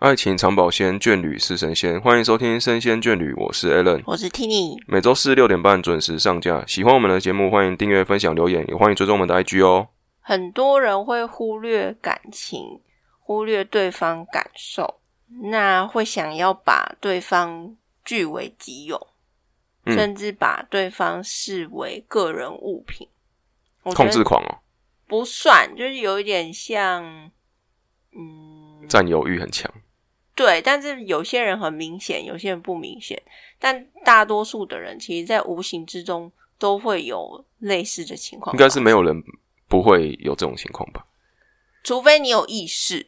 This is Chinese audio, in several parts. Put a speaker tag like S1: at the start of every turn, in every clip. S1: 爱情长保鲜，眷侣是神仙。欢迎收听《生鲜眷侣》，我是 Alan。
S2: 我是 Tini，
S1: 每周四六点半准时上架。喜欢我们的节目，欢迎订阅、分享、留言，也欢迎追踪我们的 IG 哦。
S2: 很多人会忽略感情，忽略对方感受，那会想要把对方据为己有，
S1: 嗯
S2: 甚至把对方视为个人物品。我觉
S1: 控制
S2: 得
S1: 狂哦，
S2: 不算，就是有一点像，嗯，
S1: 占有欲很强。
S2: 对。但是有些人很明显，有些人不明显，但大多数的人其实，在无形之中都会有类似的情况
S1: 应
S2: 发生，
S1: 该是没有人不会有这种情况吧？
S2: 除非你有意识，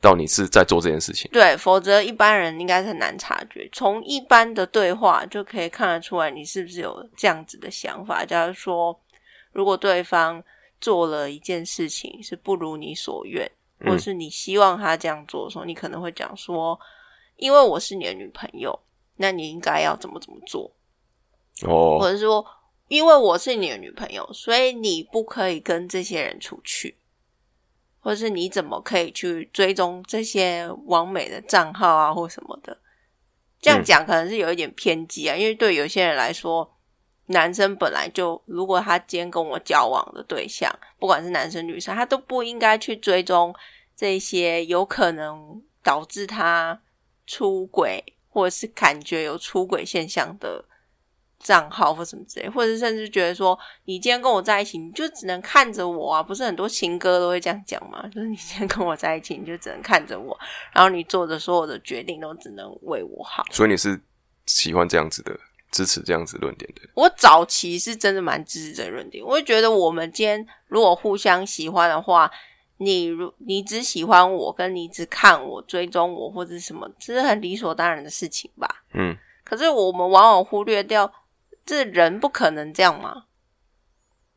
S1: 到你是在做这件事情，
S2: 对，否则一般人应该是很难察觉。从一般的对话就可以看得出来，你是不是有这样子的想法。假如说，如果对方做了一件事情是不如你所愿，
S1: 嗯
S2: 或是你希望他这样做的时候，你可能会讲说：“因为我是你的女朋友，那你应该要怎么怎么做。”
S1: 哦，
S2: 或者说，因为我是你的女朋友，所以你不可以跟这些人出去，或是你怎么可以去追踪这些网美的账号啊，或什么的。这样讲可能是有一点偏激啊，因为对有些人来说，男生本来就如果他今天跟我交往的对象，不管是男生女生，他都不应该去追踪这些有可能导致他出轨或者是感觉有出轨现象的账号或什么之类，或者甚至觉得说你今天跟我在一起，你就只能看着我啊！不是很多情歌都会这样讲吗？就是你今天跟我在一起，你就只能看着我，然后你做的所有的决定都只能为我好。
S1: 所以你是喜欢这样子的，支持这样子论点的。
S2: 我早期是真的蛮支持这个论点，我就觉得我们今天如果互相喜欢的话，你如你只喜欢我，跟你只看我、追踪我或者是什么，这是很理所当然的事情吧。
S1: 嗯，
S2: 可是我们往往忽略掉，这人不可能这样嘛，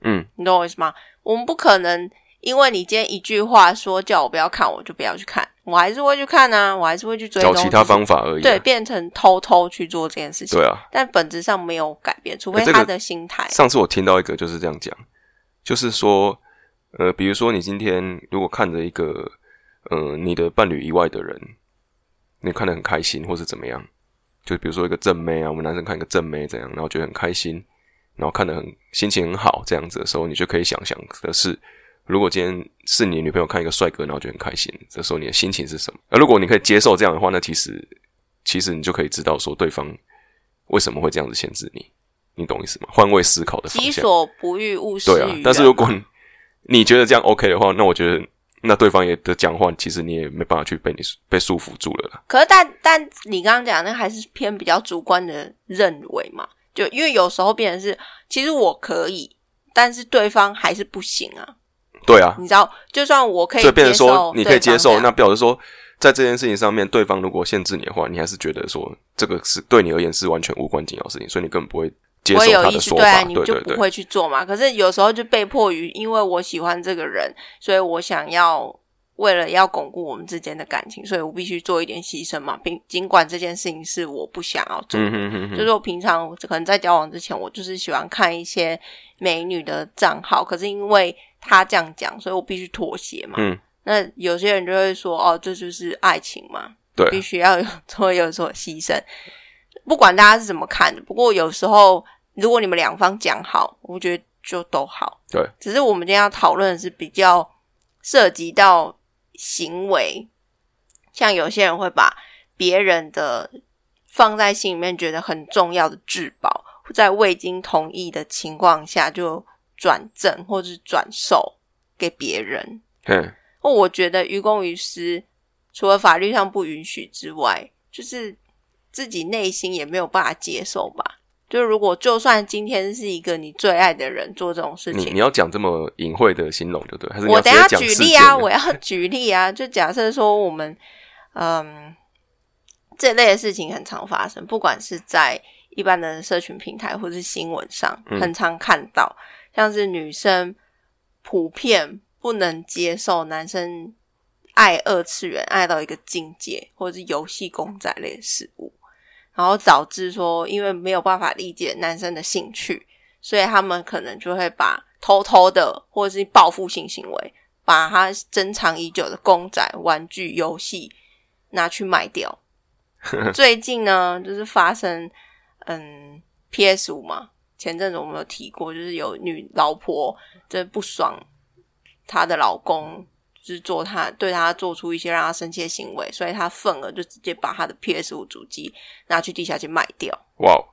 S1: 嗯，
S2: 你懂我意思吗？我们不可能因为你今天一句话说叫我不要看，我就不要去看，我还是会去看啊，我还是会去追
S1: 找
S2: 踪。
S1: 其他方法而已啊、
S2: 对，变成偷偷去做这件事情。
S1: 对啊，
S2: 但本质上没有改变，除
S1: 哎
S2: 非
S1: 这个
S2: 他的心态。
S1: 上次我听到一个就是这样讲，就是说，呃，比如说你今天如果看着一个，呃，你的伴侣以外的人，你看得很开心，或是怎么样，就比如说一个正妹啊，我们男生看一个正妹怎样，然后觉得很开心，然后看得很心情很好这样子的时候，你就可以想想的是。如果今天是你女朋友看一个帅哥，然后觉得很开心，这时候你的心情是什么？而如果你可以接受这样的话，那其实其实你就可以知道说对方为什么会这样子限制你，你懂意思吗？换位思考的方
S2: 己
S1: 向。
S2: 所不欲，勿施于
S1: 对
S2: 人
S1: 啊，但是如果你你觉得这样 OK 的话，那我觉得那对方也的讲话，其实你也没办法去被你被束缚住了啦。
S2: 可是但但你刚刚讲的那还是偏比较主观的认为嘛，就因为有时候变成是，其实我可以，但是对方还是不行啊，
S1: 对啊，
S2: 你知道，就算我可以
S1: 所以变
S2: 接
S1: 成
S2: 受对
S1: 说
S2: 方这样，
S1: 你可以接受，那表示说在这件事情上面，对方如果限制你的话，你还是觉得说这个是对你而言是完全无关紧要的事情，所以你根本不会接
S2: 我
S1: 受
S2: 也有
S1: 他
S2: 意
S1: 的
S2: 识，
S1: 说
S2: 对啊，
S1: 法。
S2: 你
S1: 对
S2: 就
S1: 对
S2: 不
S1: 对，
S2: 会去做嘛。可是有时候就被迫于，因为我喜欢这个人，所以我想要为了要巩固我们之间的感情，所以我必须做一点牺牲嘛。并尽管这件事情是我不想要做的
S1: 嗯哼哼
S2: 就
S1: 哼，
S2: 是我平常可能在交往之前，我就是喜欢看一些美女的账号，可是因为她这样讲，所以我必须妥协嘛。
S1: 嗯，
S2: 那有些人就会说，哦，这就是爱情嘛，
S1: 对啊
S2: 必须要有 做有所牺牲。不管大家是怎么看的，不过有时候如果你们两方讲好，我觉得就都好。
S1: 对，
S2: 只是我们今天要讨论的是比较涉及到行为，像有些人会把别人的放在心里面，觉得很重要的质保，在未经同意的情况下就转赠或是转售给别人。
S1: 嗯，
S2: 哦，我觉得于公于私，除了法律上不允许之外，就是自己内心也没有办法接受吧。就是如果就算今天是一个你最爱的人做这种事
S1: 你
S2: 情
S1: 你，要讲这么隐晦的形容，就对，还是你
S2: 我
S1: 要直
S2: 等
S1: 接
S2: 下
S1: 讲
S2: 举
S1: 事
S2: 例
S1: 件
S2: 啊，
S1: 呢
S2: 我要举例啊，就假设说我们，嗯，这类的事情很常发生，不管是在一般的社群平台或是新闻上，
S1: 嗯
S2: 很常看到，像是女生普遍不能接受男生爱二次元爱到一个境界，或者是游戏公仔类的事物，然后导致说因为没有办法理解男生的兴趣，所以他们可能就会把偷偷的或者是报复性行为，把他珍藏已久的公仔、玩具、游戏拿去卖掉。最近呢，就是发生，嗯，PS 五嘛，前阵子我们有提过，就是有女老婆就是不爽她的老公，就是做她对她做出一些让她生气的行为，所以她愤而就直接把她的 PS 五主机拿去地下街卖掉。
S1: 哇哦，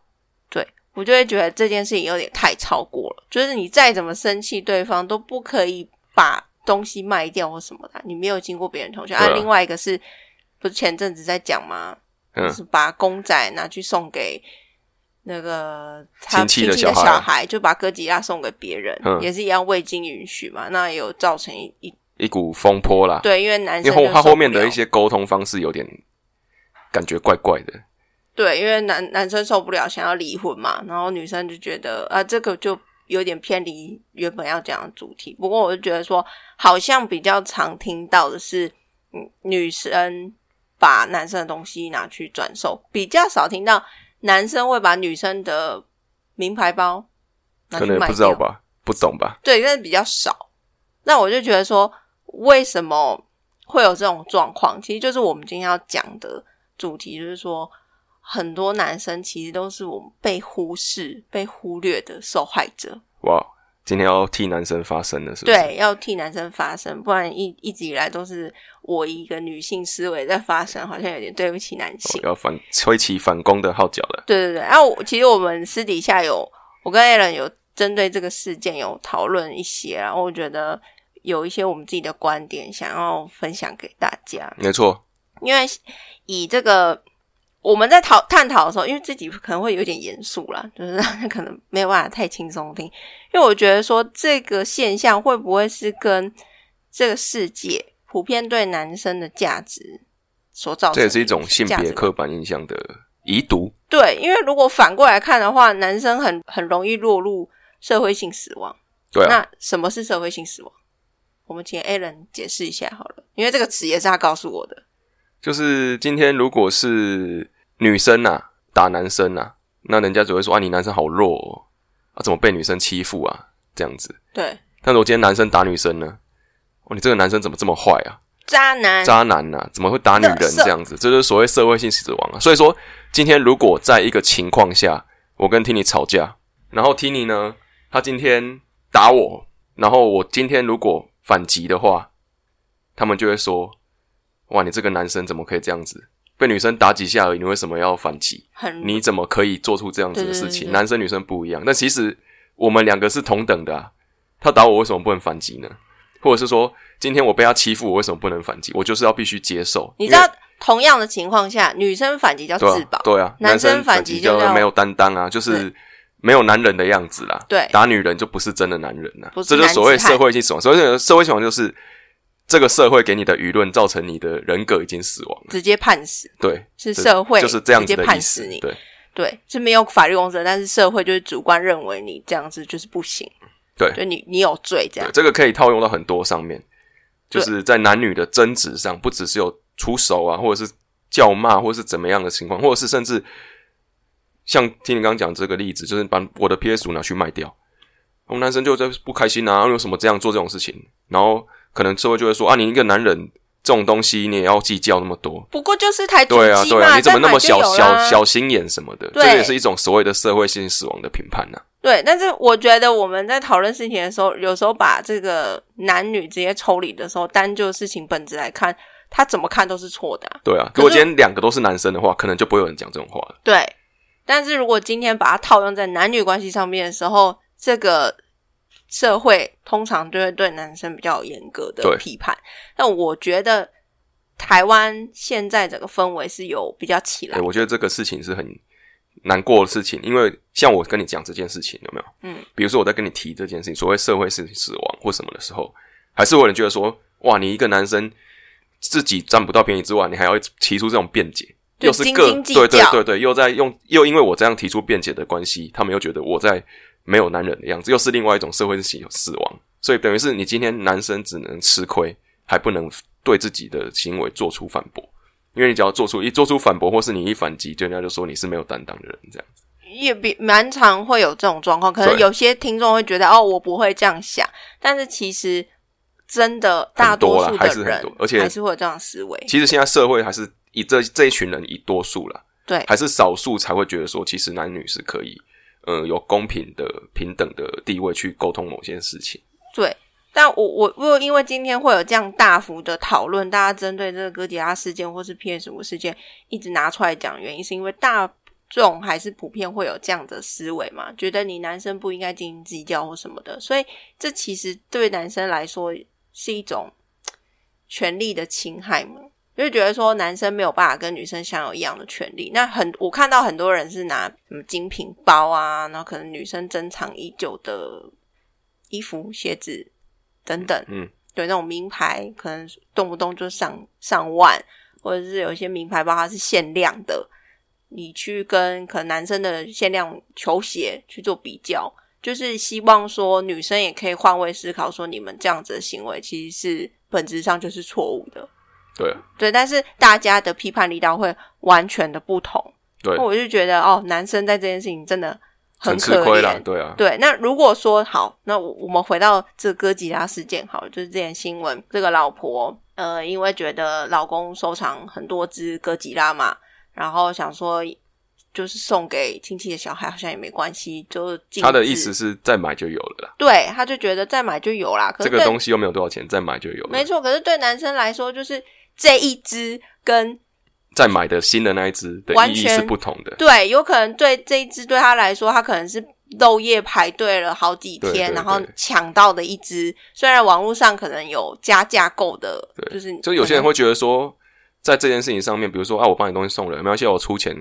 S2: 对我就会觉得这件事情有点太超过了，就是你再怎么生气对方都不可以把东西卖掉或什么的，啊你没有经过别人同意。
S1: 对啊
S2: 啊，另外一个是不是前阵子在讲吗？
S1: 嗯
S2: 就是把公仔拿去送给那个他
S1: 亲戚的
S2: 亲的
S1: 小孩
S2: 小孩，就把哥吉拉送给别人，
S1: 嗯
S2: 也是一样未经允许嘛，那也有造成一一
S1: 一股风波啦。
S2: 对，因为男
S1: 因为
S2: 生
S1: 后
S2: 就
S1: 他
S2: 受
S1: 后面
S2: 不
S1: 的
S2: 了
S1: 一些沟通方式有点感觉怪怪的，
S2: 对，因为男男生受不了，想要离婚嘛，然后女生就觉得啊，这个就有点偏离原本要讲的主题。不过我就觉得说，好像比较常听到的是，嗯，女生把男生的东西拿去转售，比较少听到男生会把女生的名牌包拿
S1: 可
S2: 去
S1: 能也
S2: 卖
S1: 不知道
S2: 掉
S1: 吧，不懂吧？
S2: 对，但是比较少。那我就觉得说，为什么会有这种状况？其实就是我们今天要讲的主题，就是说，很多男生其实都是我们被忽视、被忽略的受害者。
S1: 哇，今天要替男生发声了，是不是？
S2: 对，要替男生发声，不然一一直以来都是我以一个女性思维在发声，好像有点对不起男性
S1: 哦。要反吹起反攻的号角了。
S2: 对对对，然、后我其实我们私底下有，我跟 a l n 有针对这个事件有讨论一些，然后我觉得有一些我们自己的观点想要分享给大家，
S1: 没错，
S2: 因为以这个我们在讨探讨的时候，因为自己可能会有点严肃啦，就是 大家可能没有办法太轻松听，因为我觉得说这个现象会不会是跟这个世界普遍对男生的价值所造成
S1: 这也
S2: 的价值观，
S1: 是一种性别刻板印象的遗毒。
S2: 对，因为如果反过来看的话，男生很很容易落入社会性死亡。
S1: 对啊，
S2: 那什么是社会性死亡？我们请 a l a n 解释一下好了，因为这个词也是他告诉我的。
S1: 就是今天如果是女生呐、啊、打男生呐、啊，那人家只会说啊你男生好弱、哦，啊怎么被女生欺负啊这样子。
S2: 对，
S1: 但如果今天男生打女生呢？哦，你这个男生怎么这么坏啊？
S2: 渣男，
S1: 渣男呐、怎么会打女人这样子？这就是所谓社会性死亡啊。所以说，今天如果在一个情况下，我跟 Tini 吵架，然后 Tini 呢，他今天打我，然后我今天如果反击的话，他们就会说：“哇，你这个男生怎么可以这样子？被女生打几下而已，你为什么要反击？
S2: 很
S1: 你怎么可以做出这样子的事
S2: 对对对
S1: 情？
S2: 对
S1: 男生女生不一样，但其实我们两个是同等的啊。他打我为什么不能反击呢？或者是说，今天我被他欺负，我为什么不能反击？我就是要必须接受。
S2: 你知
S1: 因为
S2: 道，同样的情况下，女生反击叫
S1: 对啊
S2: 自保，
S1: 对啊，
S2: 男
S1: 男
S2: 生反
S1: 反
S2: 击
S1: 击
S2: 就叫
S1: 没有担当啊，就是没有男人的样子啦。
S2: 对
S1: 打女人就不是真的男人啦、
S2: 不是
S1: 这就是所谓
S2: 男子汉
S1: 社会性死亡。所以社会性死亡就是这个社会给你的舆论造成你的人格已经死亡了。
S2: 直接判死，
S1: 对，
S2: 是社会
S1: 就是这样子
S2: 直接
S1: 的
S2: 判
S1: 意
S2: 死
S1: 思
S2: 你。
S1: 对
S2: 对，是没有法律公责，但是社会就是主观认为你这样子就是不行，
S1: 对
S2: 就你你有罪这样
S1: 对，。这个可以套用到很多上面，就是在男女的争执上，不只是有出手啊，或者是叫骂，或者是怎么样的情况，或者是甚至像听你刚刚讲这个例子，就是把我的 PS 五拿去卖掉，我们男生就在不开心啊，为什么这样做这种事情？然后可能社会就会说啊，你一个男人这种东西你也要计较那么多。
S2: 不过就是台主
S1: 对啊，
S2: 机
S1: 对啊，
S2: 嘛，
S1: 你怎么
S2: 再
S1: 那
S2: 买
S1: 么
S2: 就
S1: 小
S2: 有
S1: 小
S2: 啦
S1: 小心眼什么的？
S2: 对
S1: 这也是一种所谓的社会性死亡的评判啊呐、
S2: 对，但是我觉得我们在讨论事情的时候，有时候把这个男女直接抽离的时候，单就事情本质来看，他怎么看都是错的啊、
S1: 对啊，
S2: 可
S1: 如
S2: 是
S1: 果今天两个都是男生的话，可能就不会有人讲这种话了。
S2: 对，但是如果今天把它套用在男女关系上面的时候，这个社会通常就会对男生比较有严格的
S1: 对
S2: 批判。但我觉得台湾现在整个氛围是有比较起来
S1: 对，，我觉得这个事情是很难过的事情，因为像我跟你讲这件事情，有没有？
S2: 嗯，
S1: 比如说我在跟你提这件事情，所谓社会性死亡或什么的时候，还是有人觉得说，哇，你一个男生自己占不到便宜之外，你还要提出这种辩解，
S2: 对
S1: 又是
S2: 斤
S1: 各
S2: 斤计
S1: 对对
S2: 较
S1: 对对，又在用，又因为我这样提出辩解的关系，他们又觉得我在没有男人的样子，又是另外一种社会性死亡，所以等于是你今天男生只能吃亏，还不能对自己的行为做出反驳。因为你只要做出一做出反驳，或是你一反击，就人家就说你是没有担当的人，这样
S2: 也比蛮常会有这种状况。可能
S1: 对
S2: 有些听众会觉得哦，我不会这样想，但是其实真的大
S1: 很多
S2: 多
S1: 啦
S2: 数
S1: 还
S2: 的
S1: 是很
S2: 人
S1: 多而且
S2: 还是会有这样的思维。
S1: 其实现在社会还是以这这一群人以多数啦，
S2: 对
S1: 还是少数才会觉得说，其实男女是可以，呃，有公平的、平等的地位去沟通某些事情。
S2: 对。但我我我因为今天会有这样大幅的讨论，大家针对这个哥吉拉事件或是 PS 五事件一直拿出来讲，原因是因为大众还是普遍会有这样的思维嘛，觉得你男生不应该斤斤计较或什么的，所以这其实对男生来说是一种嘖权利的侵害嘛，就觉得说男生没有办法跟女生享有一样的权利。那很我看到很多人是拿什么精品包啊，然后可能女生珍藏已久的衣服、鞋子等等，
S1: 嗯，
S2: 对那种名牌，可能动不动就上上万，或者是有一些名牌包它是限量的，你去跟可能男生的限量球鞋去做比较，就是希望说女生也可以换位思考，说你们这样子的行为其实是本质上就是错误的。
S1: 对啊
S2: 对，但是大家的批判力道会完全的不同。
S1: 对
S2: 那，我就觉得哦，男生在这件事情真的很
S1: 很吃
S2: 可
S1: 亏
S2: 怜
S1: 啦，。对啊，
S2: 对，那如果说好，那我我们回到这哥吉拉事件，好了，就是之前新闻，这个老婆呃，因为觉得老公收藏很多只哥吉拉嘛，然后想说就是送给亲戚的小孩好像也没关系，就禁
S1: 他的意
S2: 止
S1: 思，是再买就有了啦，
S2: 对，他就觉得再买就有啦。可
S1: 这
S2: 是
S1: 个
S2: 对
S1: 东西又没有多少钱，再买就有了。
S2: 没错，可是对男生来说，就是这一只跟
S1: 再买的新的那一只的
S2: 完
S1: 意义
S2: 全
S1: 是不同的。
S2: 对，有可能对这一只对他来说，他可能是漏夜排队了好几天，
S1: 对对
S2: 然后
S1: 对
S2: 抢到的一只。虽然网络上可能有加价购的，
S1: 对
S2: 就是
S1: 就有些人
S2: 可能
S1: 会觉得说，在这件事情上面，比如说啊，我把你东西送了，没关系，我出钱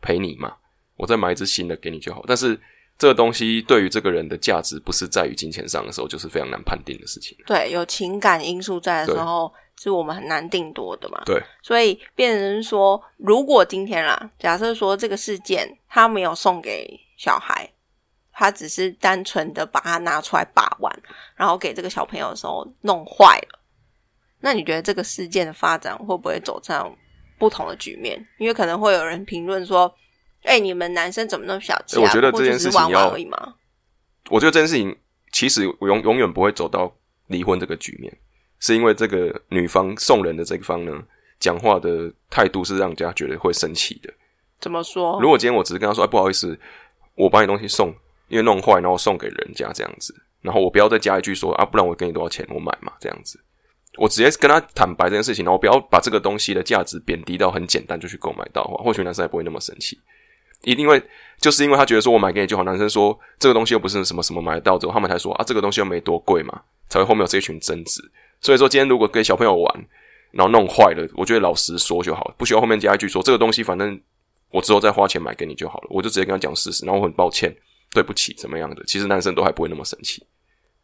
S1: 赔你嘛，我再买一只新的给你就好。但是这个东西对于这个人的价值，不是在于金钱上的时候，就是非常难判定的事情。
S2: 对有情感因素在的时
S1: 对
S2: 候，是我们很难定夺的嘛。
S1: 对，
S2: 所以变成说，如果今天啦，假设说这个事件他没有送给小孩，他只是单纯的把它拿出来把玩，然后给这个小朋友的时候弄坏了，那你觉得这个事件的发展会不会走向不同的局面？因为可能会有人评论说。哎、你们男生怎么那么小气啊？
S1: 哎我觉得
S2: 不
S1: 这件
S2: 只是
S1: 事情
S2: 玩玩
S1: 要
S2: 而已嘛。
S1: 我觉得这件事情其实永永远不会走到离婚这个局面，是因为这个女方送人的这一方呢，讲话的态度是让人家觉得会生气的。
S2: 怎么说？
S1: 如果今天我只是跟他说，哎，不好意思，我把你东西送，因为弄坏，然后送给人家这样子，然后我不要再加一句说啊，不然我给你多少钱，我买嘛这样子。我直接跟他坦白这件事情，然后不要把这个东西的价值贬低到很简单就去购买到的话，或许男生也不会那么生气。一定会就是因为他觉得说我买给你就好，男生说这个东西又不是什么什么买得到之后，他们才说啊这个东西又没多贵嘛，才会后面有这一群争执。所以说今天如果给小朋友玩，然后弄坏了，我觉得老实说就好了，不需要后面加一句说这个东西反正我之后再花钱买给你就好了，我就直接跟他讲事实，然后我很抱歉，对不起，怎么样的，其实男生都还不会那么生气，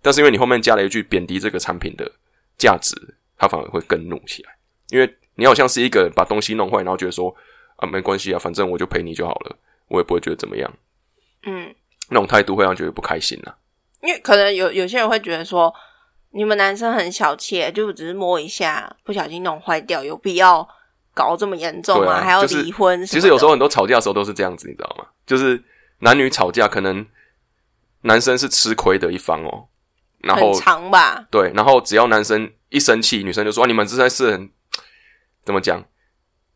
S1: 但是因为你后面加了一句贬低这个产品的价值，他反而会更怒起来，因为你好像是一个把东西弄坏，然后觉得说啊没关系啊，反正我就赔你就好了，我也不会觉得怎么样，
S2: 嗯，
S1: 那种态度会让人觉得不开心啊。
S2: 因为可能有有些人会觉得说，你们男生很小气，就只是摸一下，不小心弄坏掉，有必要搞这么严重
S1: 对
S2: 吗？
S1: 啊
S2: 还要
S1: 就是
S2: 离婚什么
S1: 其
S2: 的、
S1: 实有时候很多吵架的时候都是这样子，你知道吗？就是男女吵架，可能男生是吃亏的一方哦，然后
S2: 很长吧，
S1: 对，然后只要男生一生气，女生就说、啊、你们实在是很怎么讲，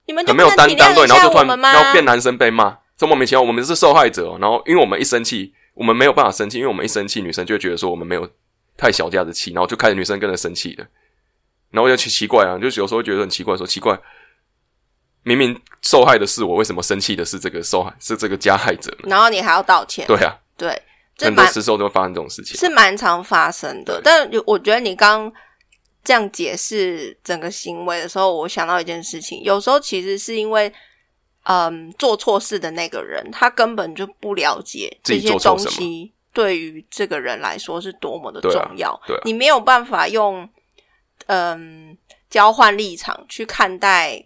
S2: 你们就
S1: 很没
S2: 不
S1: 有
S2: 能
S1: 担
S2: 体
S1: 当，
S2: 谅
S1: 对，
S2: 一
S1: 然后就
S2: 下我
S1: 突
S2: 们
S1: 然
S2: 吗？
S1: 然后变男生被骂，这莫名其妙，我们是受害者、哦。然后因为我们一生气，我们没有办法生气，因为我们一生气，女生就会觉得说我们没有太小家子气，然后就开始女生跟着生气的。然后我就奇奇怪啊，就有时候会觉得很奇怪，说奇怪，明明受害的是我，为什么生气的是这个受害是这个加害者呢？
S2: 然后你还要道歉，
S1: 对啊，
S2: 对，这
S1: 很多
S2: 蛮
S1: 时候都会发生这种事情。
S2: 是蛮常发生的
S1: 对。
S2: 但有我觉得你刚这样解释整个行为的时候，我想到一件事情，有时候其实是因为。嗯，做错事的那个人，他根本就不了解
S1: 自
S2: 这
S1: 己
S2: 些
S1: 做
S2: 东
S1: 错什么
S2: 西对于这个人来说是多么的
S1: 对
S2: 重
S1: 啊
S2: 要。
S1: 对啊
S2: 你没有办法用嗯交换立场去看待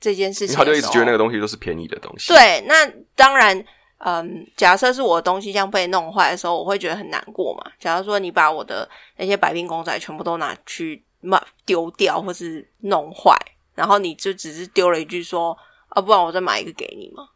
S2: 这件事
S1: 因为
S2: 情的
S1: 他就一
S2: 时候，
S1: 直觉得那个东西都是便宜的东西，
S2: 对，那当然，嗯，假设是我的东西这样被弄坏的时候，我会觉得很难过嘛。假如说你把我的那些白冰公仔全部都拿去骂丢掉，或是弄坏，然后你就只是丢了一句说啊，不然我再买一个给你嘛。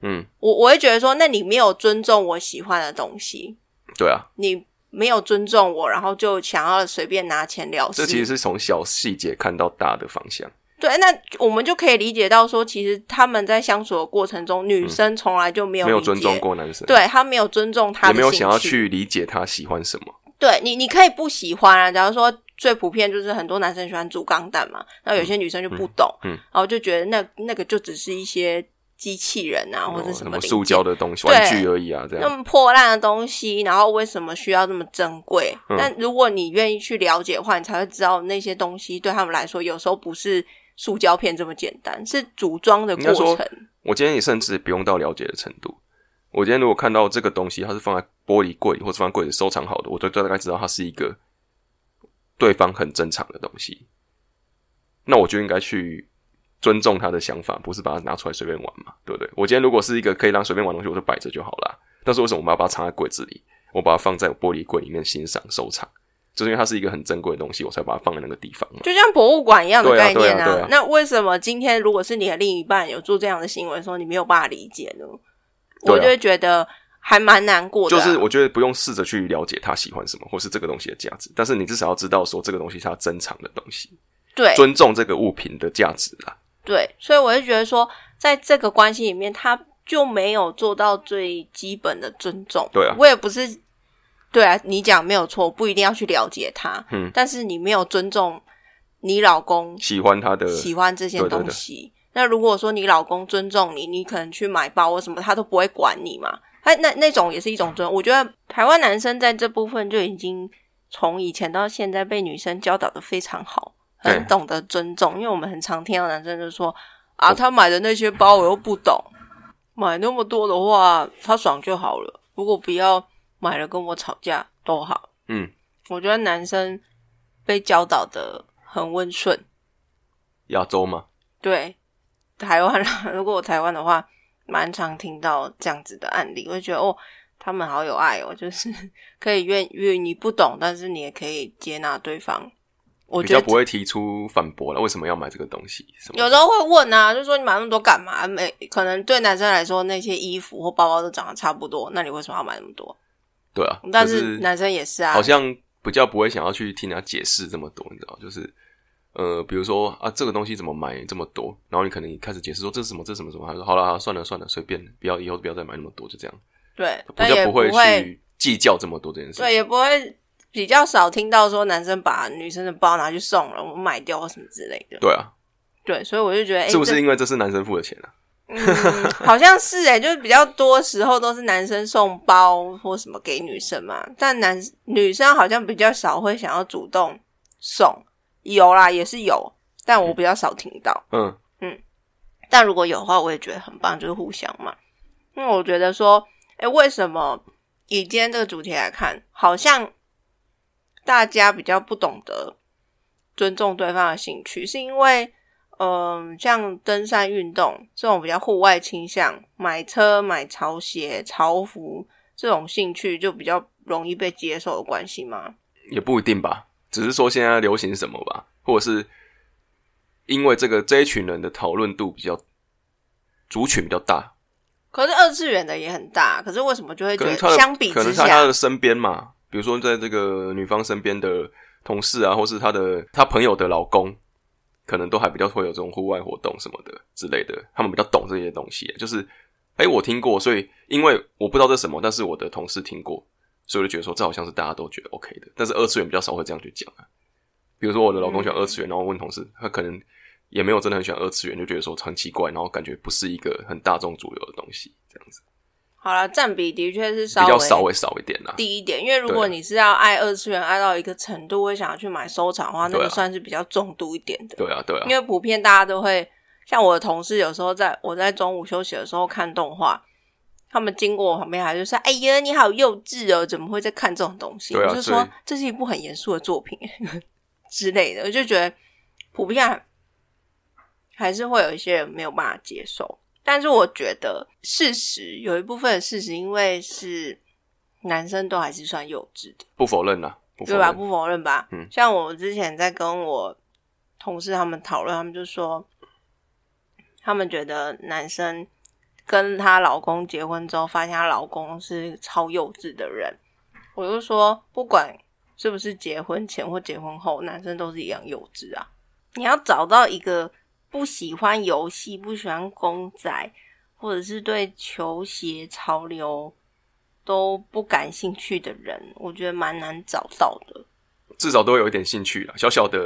S1: 嗯，
S2: 我我会觉得说，那你没有尊重我喜欢的东西，
S1: 对啊，
S2: 你没有尊重我，然后就想要随便拿钱了事。
S1: 这其实是从小细节看到大的方向。
S2: 对，那我们就可以理解到说，其实他们在相处的过程中，女生从来就没有
S1: 没有
S2: 理
S1: 尊重
S2: 解，
S1: 过男生，，
S2: 对她没有尊重他
S1: 也
S2: 的
S1: 没有想要
S2: 兴趣
S1: 去理解他喜欢什么。
S2: 对你，你可以不喜欢啊。假如说最普遍就是很多男生喜欢煮钢蛋嘛，然后有些女生就不懂，
S1: 嗯嗯
S2: 然后就觉得那那个就只是一些机器人啊，或者
S1: 哦
S2: 什
S1: 什
S2: 么
S1: 么
S2: 零件
S1: 塑胶的东西、
S2: 对
S1: 玩具而已啊，这
S2: 那
S1: 样
S2: 么破烂的东西，然后为什么需要这么珍贵？
S1: 嗯
S2: 但如果你愿意去了解的话，你才会知道那些东西对他们来说，有时候不是塑胶片这么简单，是组装的
S1: 应该
S2: 过
S1: 说
S2: 程。
S1: 我今天也甚至不用到了解的程度。我今天如果看到这个东西，它是放在玻璃柜里或者放在柜子收藏好的，我就大概知道它是一个对方很正常的东西。那我就应该去尊重他的想法，不是把它拿出来随便玩嘛，对不对？我今天如果是一个可以让随便玩的东西，我就摆着就好啦。但是为什么我们要把它藏在柜子里？我把它放在我玻璃柜里面欣赏收藏，就是因为它是一个很珍贵的东西，我才把它放在那个地方嘛。
S2: 就像博物馆一样的
S1: 对啊
S2: 概念
S1: 对啊对啊
S2: 那为什么今天如果是你的另一半有做这样的行为的时候，你没有办法理解呢？
S1: 对啊
S2: 我就会觉得还蛮难过的
S1: 就
S2: 啊、
S1: 是我觉得不用试着去了解他喜欢什么，或是这个东西的价值，但是你至少要知道说这个东西是他珍藏的东西，
S2: 对
S1: 尊重这个物品的价值啊啦。
S2: 对，所以我就觉得说，在这个关系里面，他就没有做到最基本的尊重。
S1: 对啊
S2: 我也不是，对啊，你讲没有错，不一定要去了解他，
S1: 嗯，
S2: 但是你没有尊重你老公
S1: 喜欢他的，
S2: 喜欢这些
S1: 对对
S2: 东西。那如果说你老公尊重你，你可能去买包或什么，他都不会管你嘛。他那那种也是一种尊重。我觉得台湾男生在这部分就已经从以前到现在被女生教导的非常好，
S1: 对
S2: 很懂得尊重。因为我们很常听到男生就说啊，他买的那些包我又不懂，买那么多的话他爽就好了。如果不要买了跟我吵架都好。
S1: 嗯，
S2: 我觉得男生被教导的很温顺。
S1: 亚洲嘛，
S2: 对，台湾啦如果我台湾的话，蛮常听到这样子的案例，我就觉得哦，他们好有爱哦，就是 可以愿愿意你不懂，但是你也可以接纳对方。我
S1: 比
S2: 觉
S1: 较
S2: 得
S1: 不会提出反驳了，为什么要买这个东西？什
S2: 有
S1: 么？
S2: 时候会问啊，就说你买那么多干嘛？每可能对男生来说，那些衣服或包包都长得差不多，那你为什么要买那么多？
S1: 对啊，
S2: 但
S1: 可
S2: 是男生也是啊
S1: 好，像比较不会想要去听人家解释这么多，你知道，就是呃，比如说啊，这个东西怎么买这么多，然后你可能一开始解释说这是什么，这是什么什么，他说好了，好啦算了算了，随便，不要以后不要再买那么多，就这样，
S2: 对，
S1: 比
S2: 但
S1: 较
S2: 也
S1: 不
S2: 会
S1: 会去计较这么多这件事情。
S2: 对，也不会比较少听到说男生把女生的包拿去送了，我买掉或什么之类的。
S1: 对啊，
S2: 对，所以我就觉得，哎、
S1: 是不
S2: 这
S1: 是因为这是男生付的钱啊？
S2: 嗯，好像是哎、就是比较多时候都是男生送包或什么给女生嘛，但男女生好像比较少会想要主动送，有啦也是有，但我比较少听到。
S1: 嗯，
S2: 但如果有的话，我也觉得很棒，就是互相嘛。因为我觉得说，哎、为什么以今天这个主题来看，好像大家比较不懂得尊重对方的兴趣，是因为，嗯、像登山运动这种比较户外倾向，买车、买潮鞋、潮服这种兴趣就比较容易被接受的关系吗？
S1: 也不一定吧，只是说现在流行什么吧，或者是因为这个这一群人的讨论度比较，族群比较大，
S2: 可是二次元的也很大，可是为什么就会
S1: 可
S2: 觉
S1: 能
S2: 得
S1: 他的
S2: 相比
S1: 可
S2: 之
S1: 能他他
S2: 下，
S1: 的身边嘛，比如说在这个女方身边的同事啊，或是他的他朋友的老公，可能都还比较会有这种户外活动什么的之类的，他们比较懂这些东西，就是。哎、我听过，所以因为我不知道这是什么，但是我的同事听过，所以我就觉得说这好像是大家都觉得 OK 的，但是二次元比较少会这样去讲啊。比如说我的老公喜
S2: 嗯
S1: 欢二次元，然后问同事，他可能也没有真的很喜欢二次元，就觉得说很奇怪，然后感觉不是一个很大众主流的东西，这样子
S2: 好了，占比的确是
S1: 比较稍微少一点啊啦。
S2: 低一点，因为如
S1: 对
S2: 果你是要爱二次元爱到一个程度，会想要去买收藏的话，那
S1: 对啊
S2: 个算是比较重度一点的。
S1: 对啊，对啊
S2: 因，为普遍大家都会，像我的同事有时候在我在中午休息的时候看动画，他们经过我旁边，还就说：“哎呀，你好幼稚哦，怎么会在看这种东西？”
S1: 对啊
S2: 我就
S1: 所
S2: 说
S1: 以
S2: 这是一部很严肃的作品之类的，我就觉得普遍还是会有一些人没有办法接受。但是我觉得事实有一部分的事实，因为是男生都还是算幼稚的。
S1: 不否认啦，不否
S2: 对吧？
S1: 认。
S2: 不否认吧。
S1: 嗯
S2: 像我之前在跟我同事他们讨论，他们就说，他们觉得男生跟她老公结婚之后，发现她老公是超幼稚的人。我就说，不管是不是结婚前或结婚后，男生都是一样幼稚啊。你要找到一个不喜欢游戏、不喜欢公仔，或者是对球鞋潮流都不感兴趣的人，我觉得蛮难找到的。
S1: 至少都会有一点兴趣啦，小小的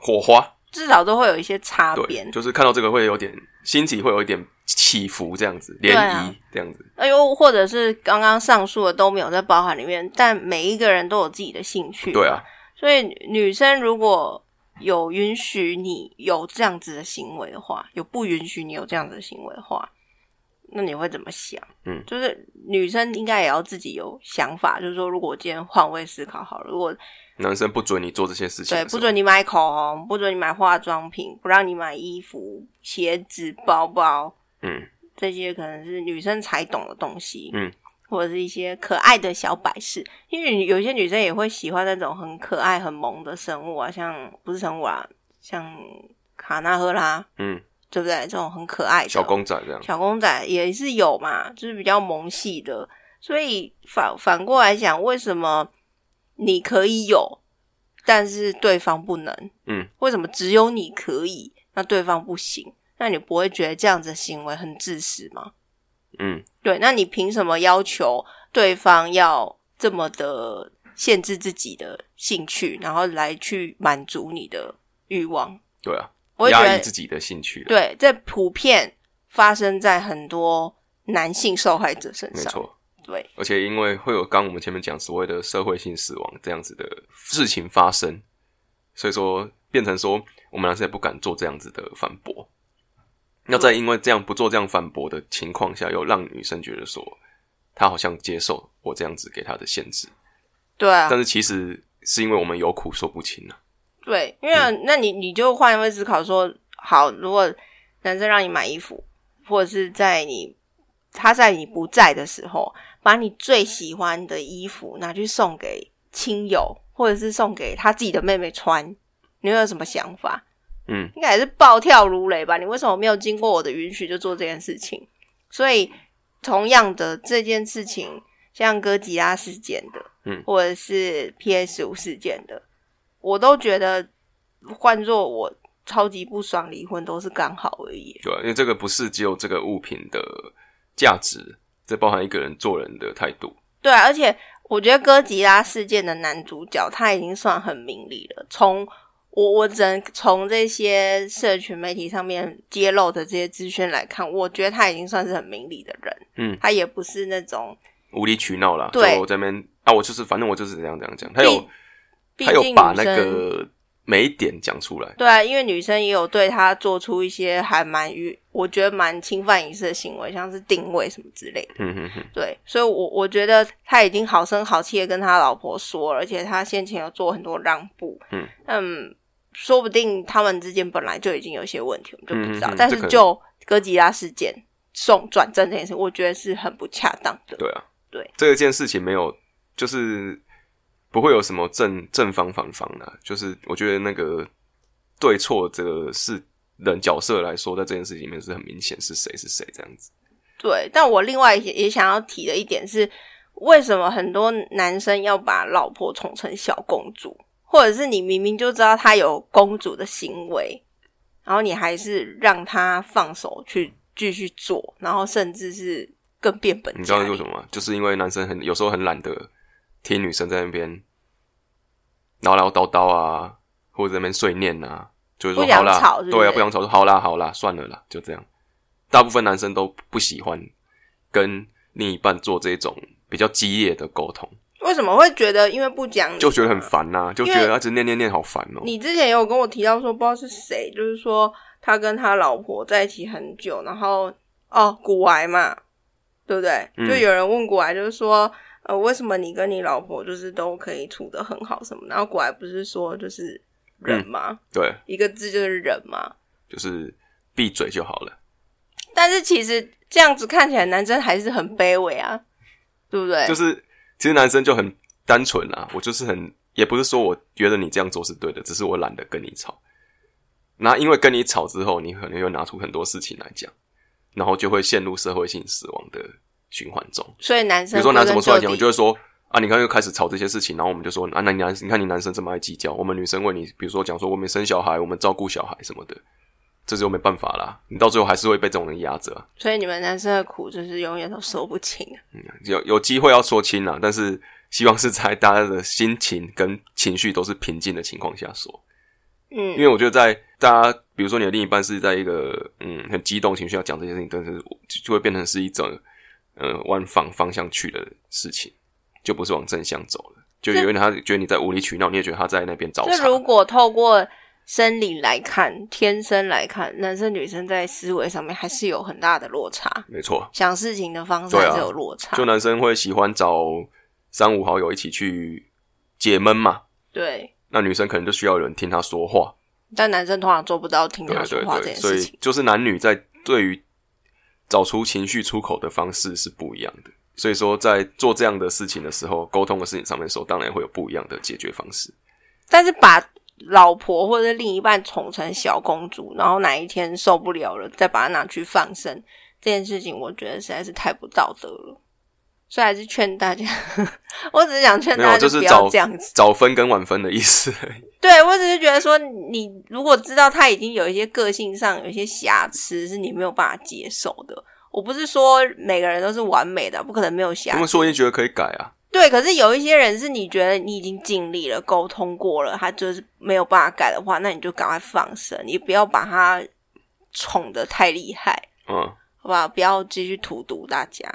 S1: 火花，
S2: 至少都会有一些擦边
S1: 对，，就是看到这个会有点心情会有一点起伏，这样子
S2: 对
S1: 涟
S2: 啊
S1: 漪这样子，
S2: 哎呦，或者是刚刚上述的都没有在包含里面，但每一个人都有自己的兴趣。
S1: 对啊，，
S2: 所以女生如果有允许你有这样子的行为的话，有不允许你有这样子的行为的话，那你会怎么想？
S1: 嗯
S2: 就是女生应该也要自己有想法，就是说，如果我今天换位思考好了，如果
S1: 男生不准你做这些事情
S2: 对
S1: 的时
S2: 不
S1: 候，
S2: 准你买口红，不准你买化妆品，不让你买衣服、鞋子、包包，
S1: 嗯，
S2: 这些可能是女生才懂的东西，
S1: 嗯，
S2: 或者是一些可爱的小摆饰，因为有些女生也会喜欢那种很可爱、很萌的生物啊，像不是生物啊，像卡纳赫拉，
S1: 嗯，
S2: 对不对？这种很可爱的
S1: 小公仔这样，
S2: 小公仔也是有嘛，就是比较萌系的，所以反反过来讲，为什么你可以有，但是对方不能？
S1: 嗯，
S2: 为什么只有你可以，那对方不行？那你不会觉得这样子的行为很自私吗？
S1: 嗯，
S2: 对，那你凭什么要求对方要这么的限制自己的兴趣，然后来去满足你的欲望？
S1: 对啊，
S2: 我会觉
S1: 压抑
S2: 得
S1: 自己的兴趣，，
S2: 对，这普遍发生在很多男性受害者身
S1: 没
S2: 上。
S1: 错。
S2: 对，
S1: 而且因为会有刚我们前面讲所谓的社会性死亡这样子的事情发生，所以说变成说我们男生也不敢做这样子的反驳。那在因为这样不做这样反驳的情况下，又让女生觉得说她好像接受我这样子给她的限制，
S2: 对啊
S1: 但，是其实是因为我们有苦说不清啊。
S2: 对，因为、
S1: 嗯
S2: 那你你就换位思考说，好，如果男生让你买衣服，或者是在你他在你不在的时候，把你最喜欢的衣服拿去送给亲友，或者是送给他自己的妹妹穿，你会有什么想法？
S1: 嗯，
S2: 应该也是暴跳如雷吧？你为什么没有经过我的允许就做这件事情？所以，同样的这件事情，像哥吉拉事件的，
S1: 嗯
S2: 或者是 PS 五事件的，我都觉得换做我超级不爽离婚都是刚好而已。
S1: 对啊、因为这个不是只有这个物品的价值，这包含一个人做人的态度。
S2: 对啊、而且我觉得哥吉拉事件的男主角他已经算很明理了。从我我只能从这些社群媒体上面揭露的这些资讯来看，我觉得他已经算是很明理的人。
S1: 嗯，
S2: 他也不是那种，
S1: 无理取闹啦，
S2: 对
S1: 就在那边啊，我就是反正我就是这样这样讲，他
S2: 毕
S1: 有
S2: 毕
S1: 他有
S2: 竟
S1: 把
S2: 女
S1: 那
S2: 生
S1: 个每一点讲出来，
S2: 对啊，因为女生也有对他做出一些还蛮于我觉得蛮侵犯隐私的行为，像是定位什么之类的。
S1: 嗯哼哼，
S2: 对，所以我，我觉得他已经好声好气的跟他老婆说了，而且他先前有做很多让步，
S1: 嗯
S2: 说不定他们之间本来就已经有一些问题，我们就不知道。
S1: 嗯嗯嗯
S2: 但
S1: 这
S2: 是
S1: 可能
S2: 就哥吉拉事件送转正这件事，我觉得是很不恰当的。
S1: 对啊，
S2: 对
S1: 这件事情没有，就是不会有什么正正方反方啦、就是我觉得那个对错这个是人角色来说，在这件事情里面是很明显是谁是谁这样子，
S2: 对，但我另外也也想要提的一点是，为什么很多男生要把老婆宠成小公主，或者是你明明就知道她有公主的行为，然后你还是让她放手去继续做，然后甚至是更变本
S1: 你知
S2: 加
S1: 道为
S2: 厉
S1: 什。么吗？就是因为男生很有时候很懒得听女生在那边唠唠叨叨啊，或者在那边碎念啊，就是说
S2: 不想
S1: 好啦，
S2: 吵是不是
S1: 对啊，不想吵，说好啦好啦，算了啦，就这样。大部分男生都不喜欢跟另一半做这种比较激烈的沟通，
S2: 为什么会觉得因为不讲理
S1: 就觉得很烦呐、就觉
S2: 因为
S1: 得啊他只念念念好烦哦、
S2: 你之前也有跟我提到说，不知道是谁，就是说他跟他老婆在一起很久，然后哦，古癌嘛，对不对？
S1: 嗯
S2: 就有人问古癌，就是说，呃，为什么你跟你老婆就是都可以处得很好什么？然后古癌不是说就是
S1: 嗯
S2: 人嘛，
S1: 对，
S2: 一个字就是人嘛。
S1: 就是闭嘴就好了，
S2: 但是其实这样子看起来，男生还是很卑微啊，对不对？
S1: 就是其实男生就很单纯啦，我就是很，也不是说我觉得你这样做是对的，只是我懒得跟你吵。那因为跟你吵之后，你可能又拿出很多事情来讲，然后就会陷入社会性死亡的循环中。
S2: 所以男
S1: 比
S2: 生
S1: 如说拿什么出来
S2: 归
S1: 讲，
S2: 根
S1: 我
S2: 究
S1: 就会
S2: 底
S1: 说啊，你刚刚又开始吵这些事情，然后我们就说啊，那你男，你看你男生这么爱计较，我们女生为你，比如说讲说我们生小孩，我们照顾小孩什么的，这就没办法啦，你到最后还是会被这种人压着、啊。
S2: 所以你们男生的苦就是永远都说不清啊。
S1: 有有机会要说清啦，但是希望是在大家的心情跟情绪都是平静的情况下说，因
S2: 嗯，
S1: 为我觉得在大家，比如说你的另一半是在一个嗯很激动情绪要讲这些事情，但是就就会变成是一种呃往反方向去的事情，就不是往正向走了。就有点他觉得你在无理取闹，你也觉得他在那边找
S2: 那
S1: 茬。
S2: 如果透过生理来看，天生来看，男生女生在思维上面还是有很大的落差，
S1: 没错，
S2: 想事情的方式
S1: 对
S2: 还
S1: 啊
S2: 是有落差。
S1: 就男生会喜欢找三五好友一起去解闷嘛，
S2: 对，
S1: 那女生可能就需要有人听她说话。
S2: 但男生通常做不到听
S1: 对
S2: 他说
S1: 对
S2: 话这
S1: 对，
S2: 件
S1: 所
S2: 事
S1: 以
S2: 情。
S1: 就是男女在对于找出情绪出口的方式是不一样的。所以说，在做这样的事情的时候，沟通的事情上面的时候，当然会有不一样的解决方式。
S2: 但是把老婆或者另一半宠成小公主，然后哪一天受不了了，再把她拿去放生，这件事情我觉得实在是太不道德了。所以还是劝大家， 我只是想劝
S1: 没
S2: 大
S1: 有，
S2: 家
S1: 是
S2: 不
S1: 找
S2: 要这样子。
S1: 找分跟晚分的意 思而已。
S2: 对我只是觉得说，你如果知道他已经有一些个性上有一些瑕疵，是你没有办法接受的。我不是说每个人都是完美的，不可能没有瑕
S1: 他
S2: 疵
S1: 们。说一定觉得可以改啊，
S2: 对，可是有一些人是你觉得你已经尽力了，沟通过了，他就是没有办法改的话，那你就赶快放生，你不要把他宠的太厉害，
S1: 嗯，
S2: 好吧？不要继续荼毒大家。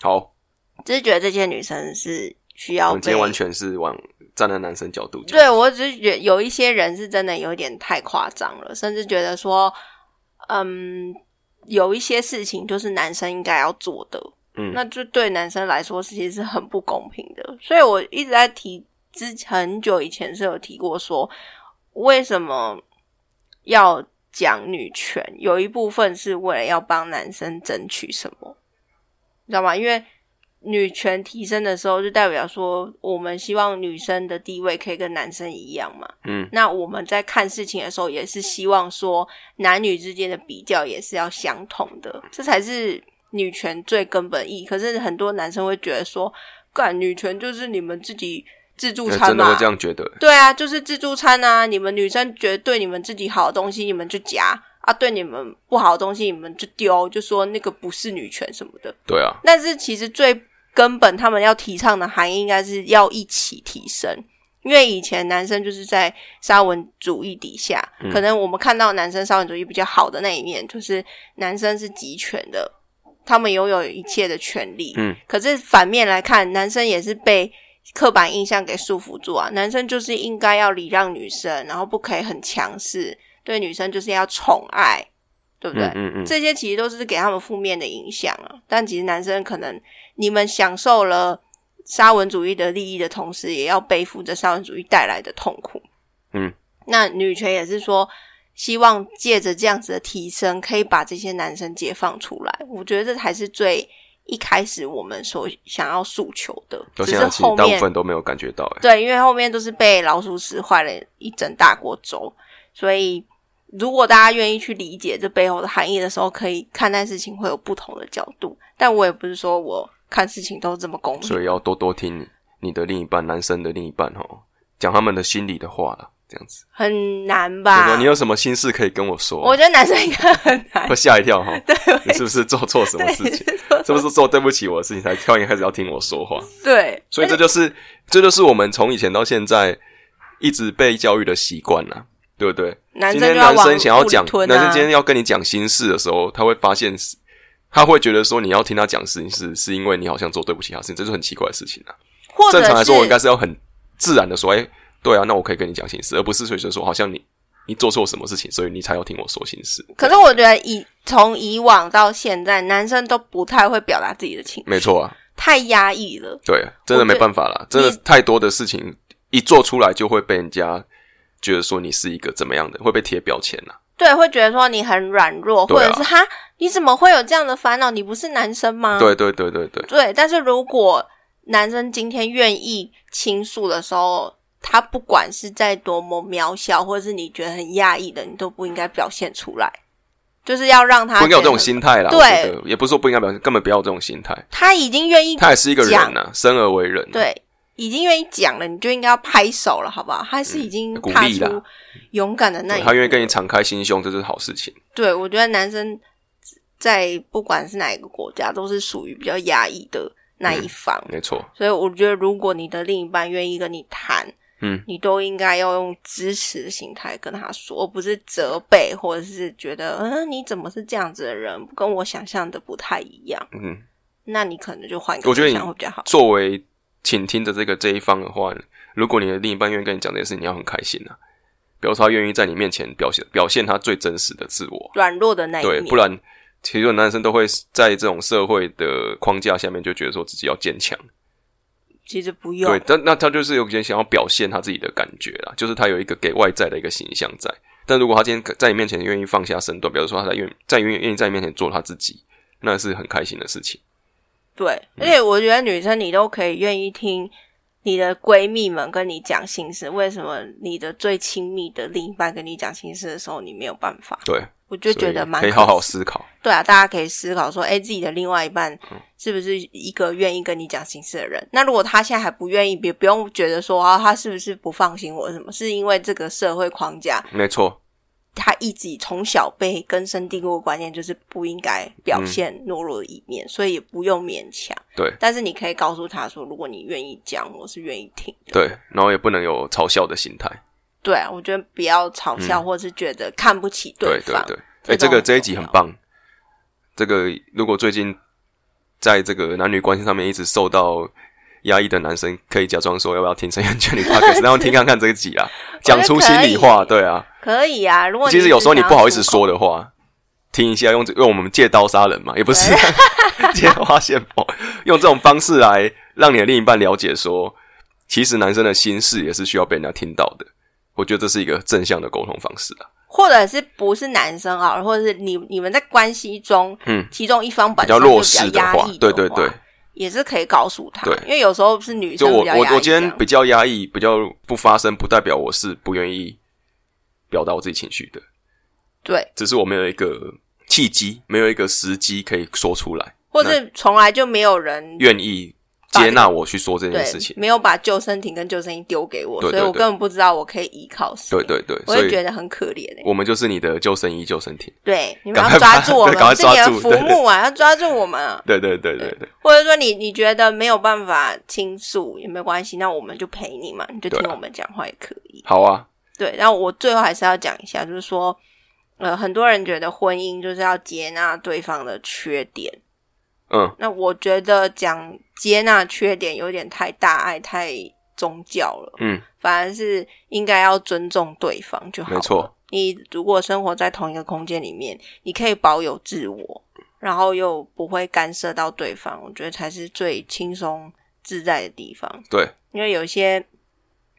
S1: 好，
S2: 只是觉得这些女生是需要
S1: 我
S2: 被
S1: 们今天完全是往啊站在男生角度讲，
S2: 对我只是觉得有一些人是真的有点太夸张了，甚至觉得说，嗯，有一些事情就是男生应该要做的，
S1: 嗯
S2: 那就对男生来说其实是很不公平的。所以我一直在提，之很久以前是有提过说，为什么要讲女权？有一部分是为了要帮男生争取什么，你知道吗？因为女权提升的时候，就代表说我们希望女生的地位可以跟男生一样嘛。
S1: 嗯，
S2: 那我们在看事情的时候，也是希望说男女之间的比较也是要相同的，这才是女权最根本意义。可是很多男生会觉得说，干女权就是你们自己自助
S1: 呃
S2: 餐
S1: 真的
S2: 嘛
S1: 会，这样觉得。
S2: 对啊，就是自助餐啊，你们女生觉得对你们自己好的东西，你们就夹啊；对你们不好的东西，你们就丢，就说那个不是女权什么的。
S1: 对啊，
S2: 但是其实最根本，他们要提倡的含义应该是要一起提升。因为以前男生就是在沙文主义底下，
S1: 嗯
S2: 可能我们看到男生沙文主义比较好的那一面，就是男生是集权的，他们拥有一切的权利。
S1: 嗯，
S2: 可是反面来看，男生也是被刻板印象给束缚住啊。男生就是应该要礼让女生，然后不可以很强势，对女生就是要宠爱，对不对？
S1: 嗯嗯嗯，
S2: 这些其实都是给他们负面的影响啊。但其实男生可能你们享受了沙文主义的利益的同时，也要背负着沙文主义带来的痛苦。
S1: 嗯，
S2: 那女权也是说，希望借着这样子的提升，可以把这些男生解放出来。我觉得这才是最一开始我们所想要诉求的，
S1: 到
S2: 只
S1: 现
S2: 是
S1: 在其
S2: 后
S1: 实大部
S2: 面
S1: 分都没有感觉到、欸，
S2: 对，因为后面都是被老鼠屎坏了一整大锅粥，所以如果大家愿意去理解这背后的含义的时候，可以看待事情会有不同的角度。但我也不是说我看事情都这么公平
S1: 所，以要多多听你的另一半，男生的另一半哦，讲他们的心里的话啦，这样子。
S2: 很难
S1: 就
S2: 吧
S1: 说你？有什么心事可以跟我说、
S2: 我觉得男生应该很难
S1: 会，吓一跳哈、
S2: 对
S1: 你是不是做错什么事情？是不是做对不起我的事情才突然开始要听我说话？
S2: 对，
S1: 所以这就是这就是我们从以前到现在一直被教育的习惯啦，对不对？
S2: 男
S1: 今
S2: 生就
S1: 天
S2: 要
S1: 男
S2: 往
S1: 生想要
S2: 肚里
S1: 讲，
S2: 吞
S1: 男生
S2: 啊
S1: 今。天要跟你讲心事的时候，他会发现是，他会觉得说你要听他讲心事，是因为你好像做对不起他的事情，这是很奇怪的事情啊。
S2: 或者
S1: 正
S2: 是
S1: 常来说，我应该是要很自然的说，哎、对啊，那我可以跟你讲心事，而不是随时说好像你你做错什么事情，所以你才要听我说心事。
S2: 可是我觉得以从以往到现在，男生都不太会表达自己的情绪，
S1: 没，错啊，
S2: 太压抑了。
S1: 对，真的没办法啦，真的太多的事情一做出来就会被人家觉得说你是一个怎么样的，会被贴标签啊啦。
S2: 对，会觉得说你很软弱，
S1: 对
S2: 或
S1: 啊
S2: 者是哈，你怎么会有这样的烦恼？你不是男生吗？
S1: 对对对对对，
S2: 对，但是如果男生今天愿意倾诉的时候，他不管是在多么渺小，或者是你觉得很压抑的，你都不应该表现出来，就是要让他
S1: 不应该有
S2: 觉
S1: 这种
S2: 得
S1: 心态啦。
S2: 对
S1: 我觉得也不是说不应该表现，根本不要有这种心态。
S2: 他已经愿意
S1: 啊他也是一个人呐、生而为人、，啊
S2: 对，已经愿意讲了，你就应该要拍手了，好不好？他是已经
S1: 嗯鼓
S2: 踏
S1: 励啦
S2: 出勇敢的那一
S1: 对
S2: 步，
S1: 他愿意跟你敞开心胸，这是好事情。
S2: 对，我觉得男生在不管是哪一个国家，都是属于比较压抑的那
S1: 嗯
S2: 一方。
S1: 没错，
S2: 所以我觉得，如果你的另一半愿意跟你谈，
S1: 嗯，
S2: 你都应该要用支持的心态跟他说，而不是责备或者是觉得，嗯，你怎么是这样子的人，跟我想象的不太一样。
S1: 嗯，
S2: 那你可能就换一
S1: 我
S2: 个
S1: 觉得
S2: 对
S1: 你
S2: 象会比较好。
S1: 作为倾听的这个这一方的话，如果你的另一半愿意跟你讲这件事，你要很开心啊。比如说，他愿意在你面前表现表现他最真实的自我，
S2: 软弱的那一
S1: 对，
S2: 面，
S1: 不然其实有男生都会在这种社会的框架下面就觉得说自己要坚强，
S2: 其实不用
S1: 对，，但那他就是有点想要表现他自己的感觉啦，就是他有一个给外在的一个形象在。但如果他今天在你面前愿意放下身段，比如说他在愿在愿愿意在你面前做他自己，那是很开心的事情。
S2: 对，
S1: 嗯
S2: 而且我觉得女生你都可以愿意听你的闺蜜们跟你讲心事，为什么你的最亲密的另一半跟你讲心事的时候，你没有办法？
S1: 对，
S2: 我就觉
S1: 所
S2: 得
S1: 以
S2: 蛮
S1: 可以
S2: 可
S1: 好好
S2: 惜
S1: 思考。
S2: 对啊，大家可以思考说，哎，自己的另外一半
S1: 嗯
S2: 是不是一个愿意跟你讲心事的人？那如果他现在还不愿意，别不用觉得说啊，他是不是不放心我什么？是因为这个社会框架，
S1: 没错，
S2: 他一直从小被根深蒂固的观念就是不应该
S1: 嗯
S2: 表现懦弱的一面，所以也不用勉强。
S1: 对
S2: 但是你可以告诉他说，如果你愿意讲，我是愿意听的。
S1: 对，然后也不能有嘲笑的心态。
S2: 对啊，我觉得不要嘲笑，或是觉得看不起
S1: 嗯对对
S2: 方。
S1: 对，哎、
S2: 这
S1: 这
S2: 种
S1: 个
S2: 很
S1: 这一
S2: 重
S1: 集很
S2: 要
S1: 棒。这个如果最近在这个男女关系上面一直受到压抑的男生，可以假装说要不要听陈彦娟你 p o d 然后听看看这一集啦，讲出心里话。对啊，
S2: 可以啊。如果
S1: 其实有时候你不好意思说
S2: 的，
S1: 的话，听一下用这用我们借刀杀人嘛，也不是 借花献佛，用这种方式来让你的另一半了解说，其实男生的心事也是需要被人家听到的。我觉得这是一个正向的沟通方式啊。
S2: 或者是不是男生啊，或者是你你们在关系中，
S1: 嗯
S2: 其中一方本
S1: 比较
S2: 身
S1: 弱
S2: 就
S1: 势
S2: 比较压
S1: 话
S2: 抑，
S1: 对
S2: 的
S1: 对对
S2: 话，也是可以告诉他
S1: 对，
S2: 因为有时候是女
S1: 就
S2: 生
S1: 我
S2: 比较压抑这
S1: 我
S2: 样。
S1: 我今天比较压抑，比较不发声，不代表我是不愿意表达我自己情绪的，
S2: 对，
S1: 只是我没有一个契机，没有一个时机可以说出来，
S2: 或是从来就没有人
S1: 愿意接纳我去说这件
S2: 对
S1: 事情。
S2: 没有把救生艇跟救生衣丢给我，
S1: 对
S2: 所以
S1: 对
S2: 我
S1: 对
S2: 根本不知道我可以依靠谁。
S1: 对对对，
S2: 我
S1: 所
S2: 会
S1: 以
S2: 觉得很可怜欸
S1: 我们就是你的救生衣、救生艇。
S2: 对，你们
S1: 赶
S2: 要
S1: 快
S2: 抓
S1: 把
S2: 住我
S1: 对
S2: 们，
S1: 赶快
S2: 我是你
S1: 抓
S2: 的
S1: 住
S2: 浮
S1: 对
S2: 木啊，要抓住我们啊。
S1: 对对对对对，
S2: 或者说你你觉得没有办法倾诉也没关系，那我们就陪你嘛，你就
S1: 对
S2: 听
S1: 啊
S2: 我们讲话也可以。
S1: 好啊，
S2: 对，然后我最后还是要讲一下，就是说，呃，很多人觉得婚姻就是要接纳对方的缺点，
S1: 嗯，
S2: 那我觉得讲接纳缺点有点太大爱、太宗教了，
S1: 嗯，
S2: 反而是应该要尊重对方就好了。
S1: 没错，
S2: 你如果生活在同一个空间里面，你可以保有自我，然后又不会干涉到对方，我觉得才是最轻松自在的地方。
S1: 对，
S2: 因为有些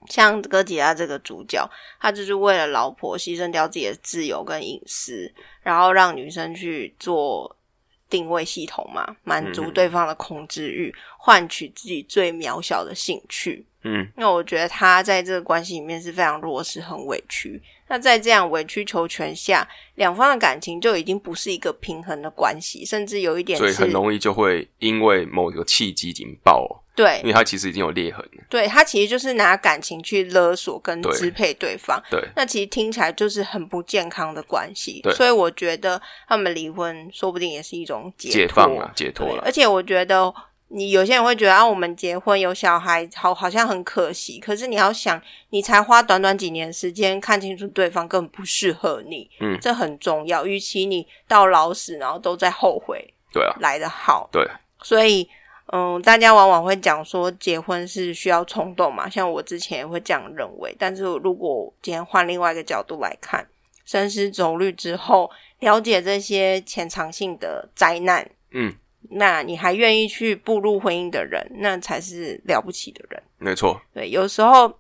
S2: 像哥吉拉这个主角，他就是为了老婆牺牲掉自己的自由跟隐私，然后让女生去做定位系统嘛，满足
S1: 嗯
S2: 对方的控制欲，换取自己最渺小的兴趣。
S1: 嗯，
S2: 那我觉得他在这个关系里面是非常弱势、很委屈。那在这样委曲求全下，两方的感情就已经不是一个平衡的关系，甚至有一点
S1: 所以
S2: 是
S1: 很容易就会因为某个契机引爆哦，
S2: 对
S1: 因为它其实已经有裂痕了，
S2: 对他其实就是拿感情去勒索跟
S1: 对
S2: 支配对方，
S1: 对，
S2: 那其实听起来就是很不健康的关系
S1: 对，
S2: 所以我觉得他们离婚说不定也是一种
S1: 解
S2: 脱
S1: 放了，啊解脱
S2: 对，
S1: 了，
S2: 而且我觉得你有些人会觉得啊，我们结婚有小孩，好好像很可惜。可是你要想，你才花短短几年时间看清楚对方根本不适合你，
S1: 嗯
S2: 这很重要。与其你到老死然后都在后悔
S1: 对啊，
S2: 来的好，
S1: 对，
S2: 所以，嗯，大家往往会讲说结婚是需要冲动嘛，像我之前也会这样认为。但是如果今天换另外一个角度来看，深思熟虑之后，了解这些潜藏性的灾难，
S1: 嗯，
S2: 那你还愿意去步入婚姻的人，那才是了不起的人。
S1: 没错，
S2: 对，有时候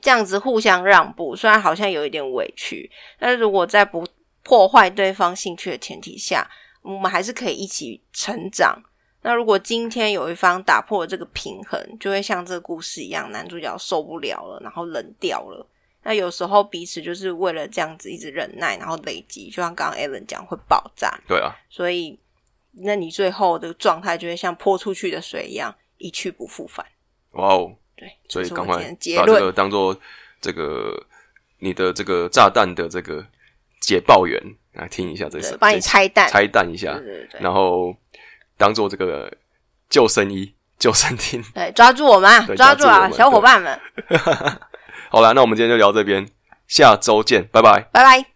S2: 这样子互相让步，虽然好像有一点委屈，但是如果在不破坏对方兴趣的前提下，我们还是可以一起成长。那如果今天有一方打破了这个平衡，就会像这个故事一样，男主角受不了了，然后冷掉了。那有时候彼此就是为了这样子一直忍耐，然后累积，就像刚刚 Alan 讲会爆炸，
S1: 对啊，
S2: 所以那你最后的状态就会像泼出去的水一样，一去不复返。
S1: 哇哦，
S2: 对，
S1: 所以
S2: 这是
S1: 赶
S2: 我
S1: 快
S2: 今天的结
S1: 把这个
S2: 论。
S1: 当做这个你的这个炸弹的这个解爆源来听一下这
S2: 对
S1: 首，
S2: 帮你
S1: 这
S2: 拆弹
S1: 拆弹一下
S2: 对，对对
S1: 然后当做这个救生衣、救生 钉。
S2: 对，抓住我们啊
S1: 对，抓
S2: 抓
S1: 住我
S2: 啊，
S1: 们
S2: 小伙伴们，
S1: 好啦，那我们今天就聊这边，下周见，拜拜。
S2: 拜拜。